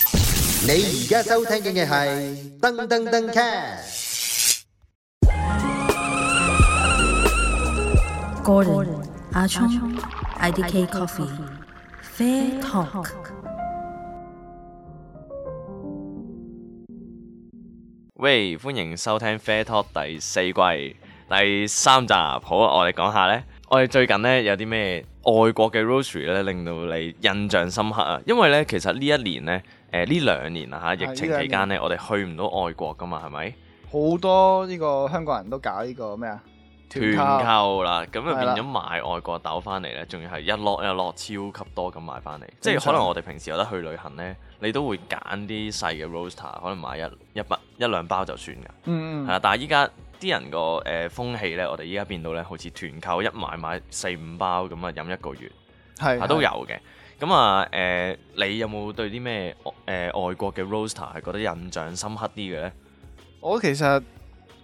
你而家收聽嘅係噔噔噔 cast。 Gordon Ah 阿聰 IDK Coffee Fair Talk。喂，歡迎收聽 Fair Talk 第四季第三集。好，啊我哋講下呢，我哋最近呢有啲咩外國嘅 rosary 咧，令到你印象深刻啊？因為呢，其實呢一年呢，誒呢兩年啊嚇，疫呢情兩期間呢，我哋去唔到外國噶嘛，係咪？好多呢個香港人都搞呢個咩啊？團購購啦，咁啊係變啦咗買外國豆翻嚟呢，仲要係一落一落超級多咁買翻嚟，即係正可常能我哋平時有得去旅行呢，你都會揀啲細嘅 roaster，可能買一一包一兩包就算㗎。嗯係啦，但係依家啲人個誒、呃、風氣咧，我哋依家變到咧，好似團購一買買四五包咁啊，飲一個月嗯，係啊都有嘅。咁啊誒、呃你有冇對啲咩呃誒外國嘅 roaster 係覺得印象深刻啲嘅咧？我其實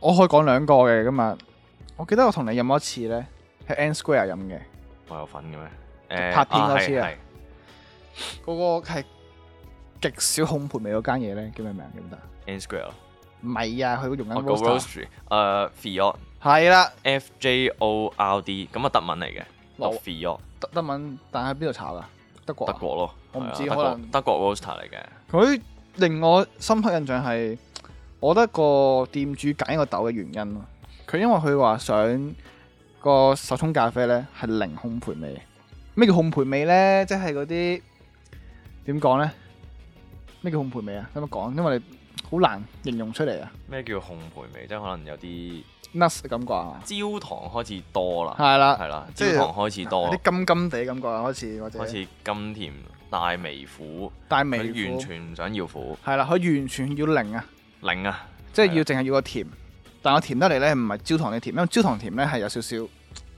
我可以講兩個嘅今日，我記得我同你飲過一次咧，喺 N Square 飲嘅，我有份嘅咩？誒、拍片啊嗰次啊係嗰個係極少烘焙味嗰間嘢咧，叫咩名啊記唔記得？係 N Square，唔係啊，佢用緊哦我個 roaster， roastery 誒 Fjord 係啦， F J O R D 咁啊德文嚟嘅，羅讀 Fjord 德德文，但係邊度炒噶？德國德啊。國咯，我唔係啊知德可國能德國 roaster 嚟嘅，佢令我深刻印象係，我覺得個店主揀呢個豆嘅原因咯。佢因為佢話想個手沖咖啡咧係零烘焙味。咩叫烘焙味咧？即係嗰啲點講咧？咩叫烘焙味啊？有冇講？因為你好難形容出嚟啊。咩叫烘焙味？即係可能有啲 nuts 嘅感覺啊，焦糖開始多啦。係係啦，啦，啊即焦係糖開始多，有啲金金地感覺啊，開始或者開始甘甜帶微苦，帶佢味苦完全唔想要苦，係啦，佢完全要零啊。零啊，即係係要淨係要個甜，但我甜得嚟咧唔係焦糖嘅甜，因為焦糖甜咧係有少少，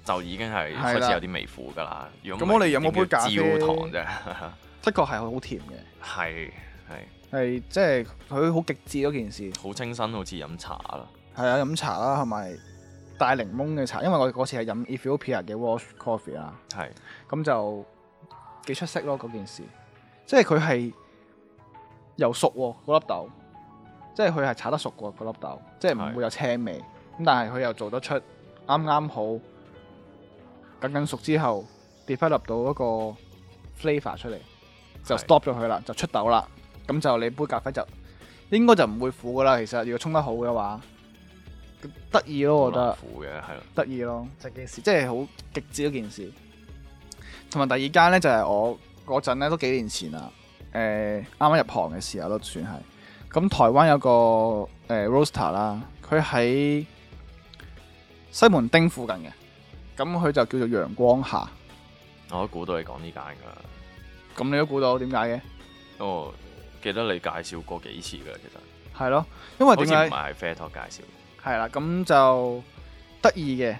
就已經係係開啦始有啲微苦㗎啦。如果咁我哋飲嗰杯杯咖啡焦糖啫， 的確係好甜嘅，係係係即係佢好極致嗰件事。好清新，好似飲茶啦。係啊，飲茶啦，係咪帶檸檬嘅茶？因為我嗰次係飲 Ethiopia 嘅 Wash Coffee 啊啦，係咁就幾出色咯嗰件事，即係佢係又熟喎嗰粒豆，即係佢係炒得熟喎嗰粒豆，即係係唔會有青味，咁但係佢又做得出啱啱好，緊緊熟之後 develop 到一個 flavour 出嚟，就係 stop 咗佢啦，就出豆啦，咁就你杯咖啡就應該就唔會苦噶啦，其實如果沖得好嘅話，得意咯，我覺好得難。苦嘅係啦，得意咯，就件事，即係好極致嗰件事。同埋第二間咧，就係、我嗰陣咧，都幾年前啦。誒啱啱入行嘅時候都算係。咁台灣有個誒、roaster 啦，佢喺西門町附近嘅，咁佢就叫做陽光下。我都估到你講呢間㗎啦。咁你都估到點解嘅？哦，記得你介紹過幾次㗎啦，其實係咯，因為好啊點似唔解係？係 Fair Talk 介紹。係啦，咁就得意嘅，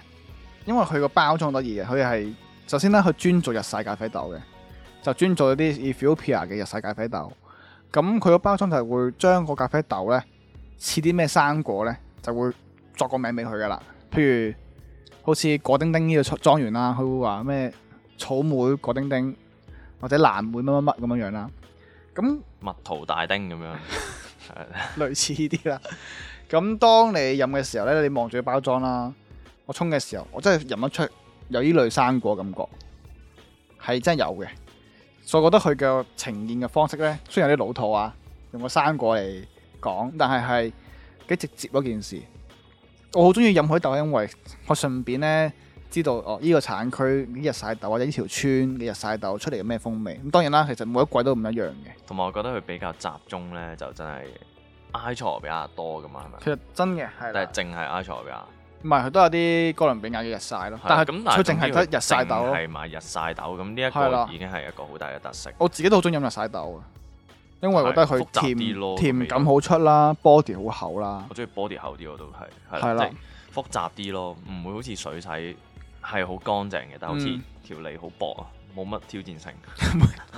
因為佢個包裝得意嘅，佢係首先咧，佢專做日曬咖啡豆嘅，就專做一啲 Ethiopia 嘅日曬咖啡豆。咁佢個包裝就係會將個咖啡豆咧，似啲咩生果咧，就會作個名俾佢噶啦。譬如好似果丁丁呢個莊園啦，佢會話咩草莓果丁丁或者藍莓乜乜乜咁樣樣啦。咁蜜桃大丁咁樣，類似呢啲啦。咁當你飲嘅時候咧，你望住個包裝啦。我沖嘅時候，我真係飲得出有呢類生果感覺，係真係有嘅。所以我覺得佢嘅呈現嘅方式咧，雖然有啲老土啊，用個生果嚟講，但係係幾直接嗰件事。我好中意飲佢豆，因為我順便咧知道哦，呢、個產區呢日曬豆或者呢條村嘅日曬豆出嚟嘅咩風味。咁當然啦，其實每一季都唔一樣嘅。同埋我覺得佢比較集中咧，就真係埃塞俄比亞多㗎嘛，係咪？其實真嘅係啦但係淨係埃塞俄比亞。唔係，佢都有啲哥倫比亞嘅日曬咯，但係咁佢淨係得日曬曬豆咯。係買日曬豆，咁呢一係啦個已經係一個好大嘅特色。我自己都好中意飲日曬豆嘅，因為覺得係佢複雜啲甜咯甜感好出啦，body 好厚啦我，中意 body 厚啲，我都係係係啦啦，即係複雜啲咯，唔會好似水洗係好乾淨嘅，但好似嗯條脷好薄啊，冇乜挑戰性。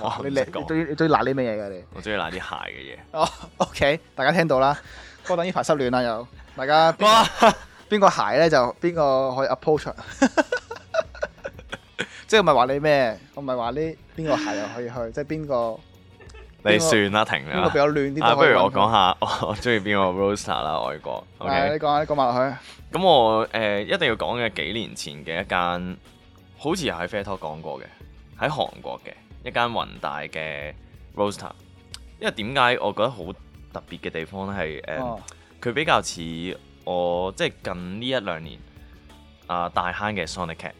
哇！我唔你你識你講對你對嗱啲咩嘢㗎你我中意攋啲鞋？OK，大家聽到啦，哥等呢排失戀啦又，大 家 嘅嘢。哇！邊個鞋咧就邊個可以 approach 啊。 即係我唔係話你咩，我唔係話呢邊個鞋又可以去，即係邊個你算啦，停邊個啦比。較亂啲都可啊，不以揾佢？如我講下我我中意邊個 roaster 啦，外國。係 OK，你講下，你講埋落去。咁我誒、呃一定要講嘅幾年前嘅一間，好似喺 Fair Talk 講過嘅，喺韓國嘅一間雲大嘅 roaster。因為點解我覺得好特別嘅地方咧係誒，呃哦，佢、比較似我即係近呢一兩年啊、大坑嘅 Sonic Cat。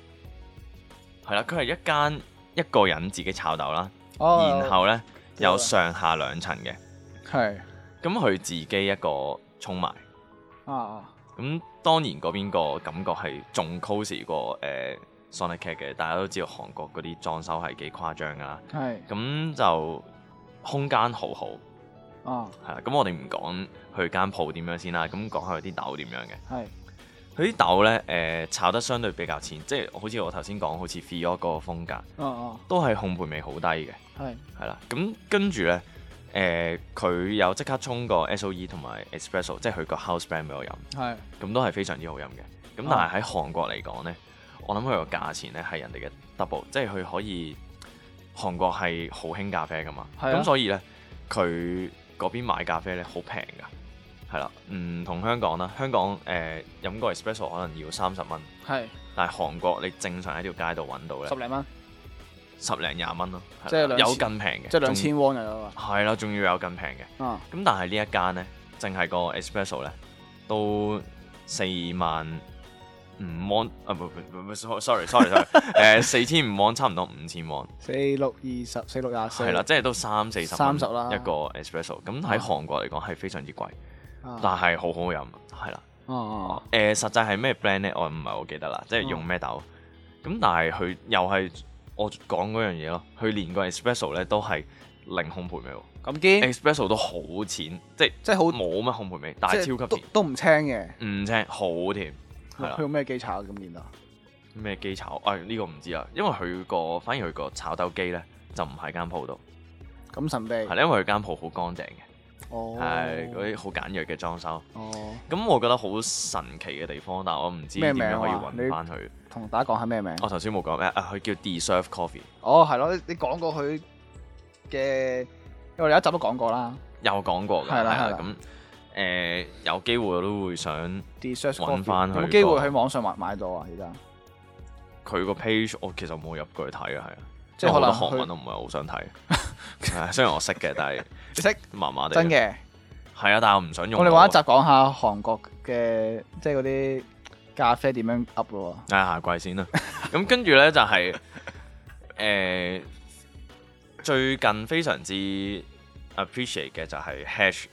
係啦，佢係一間一個人自己炒豆啦，哦然後咧知道啦有上下兩層嘅。係咁佢自己一個衝埋，啊，咁當然嗰邊個感覺係仲 cos 過誒、呃 Sonic Cat 嘅，大家都知道韓國嗰啲裝修係幾誇張㗎啦。係咁就空間好好，啊，係啦。咁我哋唔講佢間鋪點樣先啦，咁講下佢啲豆點樣嘅。係佢啲豆呢，誒、炒得相對比較淺，即係好似我頭先講，好似 Fio 嗰個風格，哦哦都係烘焙味好低嘅。係係啦，咁跟住咧，誒、佢有即刻沖個 SOE 同埋 espresso，即係佢個 house brand 俾我飲，係咁都係非常之好飲嘅。哦咁但係喺韓國嚟講咧，我諗佢個價錢咧係人哋嘅 double，即係佢可以韓國係好興咖啡噶嘛，係啊咁、所以咧佢嗰邊買咖啡咧好平㗎，係啦，唔同香港啦，香港誒、飲個 espresso 可能要三十蚊，係但係韓國你正常喺條街度揾到十咧零蚊，十零廿蚊咯，係啦即係兩有千更平嘅，即係仲兩千 won 就有啦。係啦，仲要有更平嘅。啊，咁但係呢一間呢，淨係個 espresso 呢，都四萬五蚊啊！唔唔唔，sorry sorry sorry，誒四千五蚊差唔多五千蚊，四六二十，四六廿四。係啦，，即係都三四十蚊30啦一個 espresso。咁喺韓國嚟講係非常之貴，啊但係好好飲，係啦。啊啊誒、實際係咩 brand 呢？我唔係好記得啦，即係用咩豆。咁但係佢又係我講嗰樣嘢咯，佢連個 espresso 呢都係零烘焙味喎。咁堅， espresso 都好淺，即係即係好冇乜烘焙味，但係即係超級都甜，都唔青嘅。唔青好甜，係啊佢啦。用咩機炒咁見到？咩機炒？啊呢、個唔知啊，因為佢個反而佢個炒豆機咧就唔喺間鋪度，咁神秘。係因為佢間鋪好乾淨嘅，哦，係嗰啲好簡約嘅裝修。哦，咁我覺得好神奇嘅地方，但我唔知咩點名樣可以啊揾翻佢。同大家講下咩名？我頭先冇講咩啊，佢叫 Deserve Coffee，哦，係咯，你你講過佢嘅，因為我哋有一集都講過啦。有講過㗎，係係啦係啦啦咁。誒、有機會我都會想 Dessert 搵 Coffee 返佢有個冇機會喺網上買買到啊？而家佢個 page，我其實冇入過去睇啊，係啊，即即係係好可多能啊韓文都唔係好想 睇。係啊雖然我識嘅，但係你識麻麻地。真嘅。係啊，但係我唔想用。我哋玩一集講下韓國嘅，即係嗰啲咖啡點樣 up 咯啊，下季先啦。 咁跟住咧就係、誒、最近非常之 appreciate 嘅就係 Hash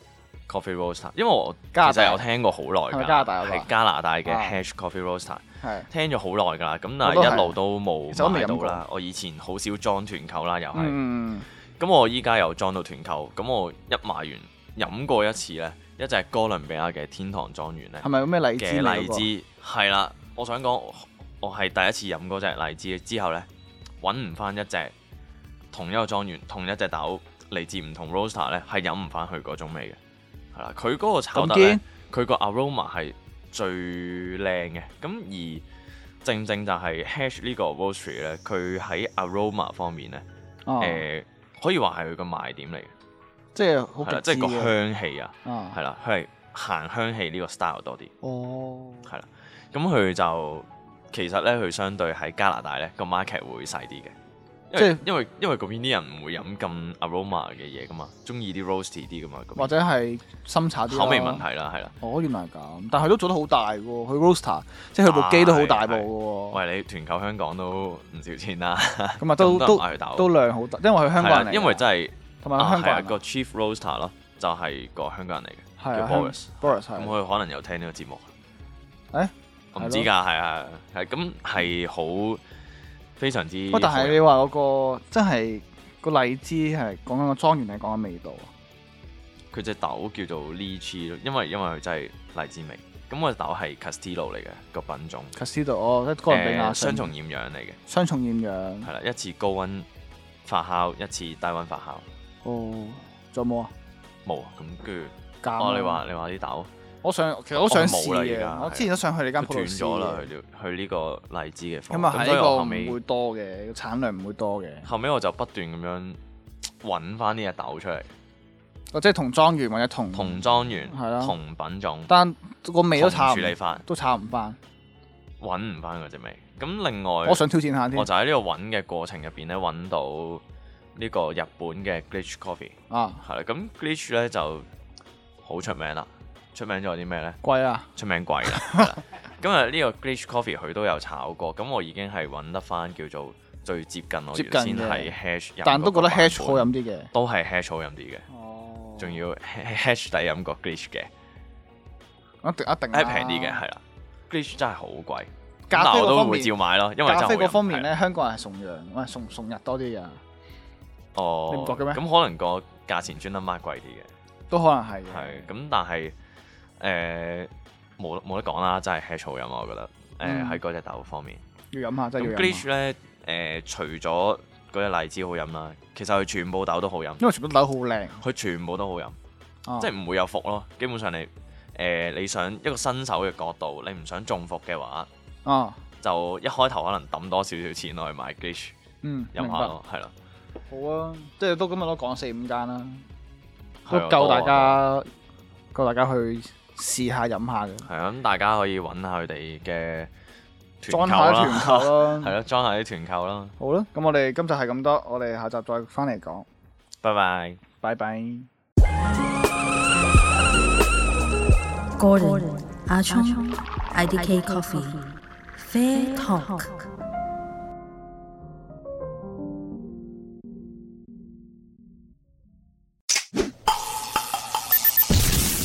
Coffee Roaster，因為我其加拿大實有聽過好耐係咪㗎，加拿大嗰個啊係加拿大嘅啊 Hash Coffee Roaster，喎。係聽咗好耐㗎啦。咁但我都係係一路都冇其實我都未買飲到過啦。我以前好少裝團購啦，又係。嗯，咁我依家又裝到團購，咁我一買完飲過一次呢，一隻哥倫比亞嘅天堂莊園呢係咪有咩荔枝嘅味嗰荔個？枝，係啦，我想講我我係第一次飲嗰隻荔枝之後呢，揾唔翻一隻同一個莊園同一隻豆嚟自唔同 roaster 呢，係飲唔翻佢嗰種味嘅，係啦，佢嗰個炒咁得堅呢，佢個 aroma 係最靚嘅，咁而正正就係 hash 呢個 roastery 呢，佢喺 aroma 方面呢。哦誒、，可以話係佢個賣點嚟嘅，即係好係啦，極即係致個嘅。香氣啊，啊係啦，佢係行香氣呢個 style 多啲，哦，係啦，咁佢就其實咧，佢相對喺加拿大咧個 market 會細啲嘅，因為即因為因為嗰邊啲人唔會飲咁 aroma 嘅嘢噶嘛，中意啲 roasty 啲噶嘛，或咁者係深茶啲啦口味問。題啦，係啦，哦，原來係咁，但係佢都做得好大喎，佢 roaster 即係佢部機都好大部嘅喎，喂，你團購香港都唔少錢啦，咁啊咁都多人買佢都豆都量好大，因為佢香係港啦人嚟，因為真係同埋佢啊香係啊港人個啊 chief roaster 咯，就係個香港人嚟係嘅，啊叫 Boris。 Boris 咁係佢可能有聽呢個節目。啊誒我唔知㗎，係啊，係咁係好非常之好飲。喂，哦但係你話嗰個真係個荔枝係講緊個莊園定係講緊味道啊？佢隻豆叫做 lychee 咯，因為因為佢真係荔枝味。咁我隻豆係 Castillo 嚟嘅個品種，卡斯度哦，一哥倫比亞誒雙重染養嚟嘅，雙重厭氧係啦，一次高温發酵，一次低温發酵，哦，仲有冇啊？冇啊咁跟住監啊哦，你話你話啲豆我想其實我都想試我冇啦而家嘅，我之前都想去你間佢鋪度斷試咗啦，佢嘅。呢佢呢個荔枝嘅貨。啊咁啊係所以呢我個後唔尾會多嘅，個產量唔會多嘅。後尾我就不斷咁樣揾翻呢只豆出嚟，或者哦同莊園或者同同莊園嗯係啦、同品種、但個味都炒同唔處理法，都炒唔翻。揾唔翻嗰只味。咁另外，我想挑戰下我添就喺呢個揾嘅過程入邊咧，揾到呢個日本嘅 Glitch Coffee 啊，係啦。咁 Glitch 咧就好出名啦，出名咗啲咩咧？貴啊，出名貴 啦。係啦咁啊，呢個 Glitch Coffee 佢都有炒過，咁我已經係揾得翻叫做最接近我接原近先嘅係 Hash，飲但都嗰個覺得版 hatch 好飲啲嘅本，。都係 Hash 好飲啲嘅，哦仲要 Hash 底飲過 Glitch 嘅，一定一定啦係平啲嘅係啦，Glitch 真係好貴，咁啊咖但啡我嗰都方會照面，買咯，因為真係咖好啡飲嗰方面係咧，香港人係崇洋，喂崇崇日多啲㗎，啊哦，你唔覺嘅咩咁可能個價錢專登 mark 貴啲嘅。都可能係嘅。係咁，但係誒冇冇得講啦，真係 hash 好飲，我覺得誒嗯喺嗰只豆方面。要飲下真係咁要飲啊下 glitch，咧誒，除咗嗰隻荔枝好飲啦，其實佢全部豆都好飲，因為全部豆好靚，佢全部都好飲，啊即係唔會有伏咯。基本上你誒你想一個新手嘅角度，你唔想中伏嘅話，哦啊，就一開頭可能抌多少少錢落去買 glitch 嗯，飲明下白咯，係咯，好啊，即係都今日都講四五間啦，都係啊夠大。多啊家夠大家去試下飲下嘅，係啊，咁大家可以揾下佢哋嘅裝團下購啲啦，團購咯係。咯，裝下啲團購啦，好啦，咁我哋今集係咁多，我哋下集再翻嚟講，拜拜。拜拜。 Gordon, Ah Achong, IDK Coffee, Fair Talk.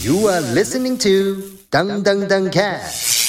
You are listening to Dung Dung Dung Cat.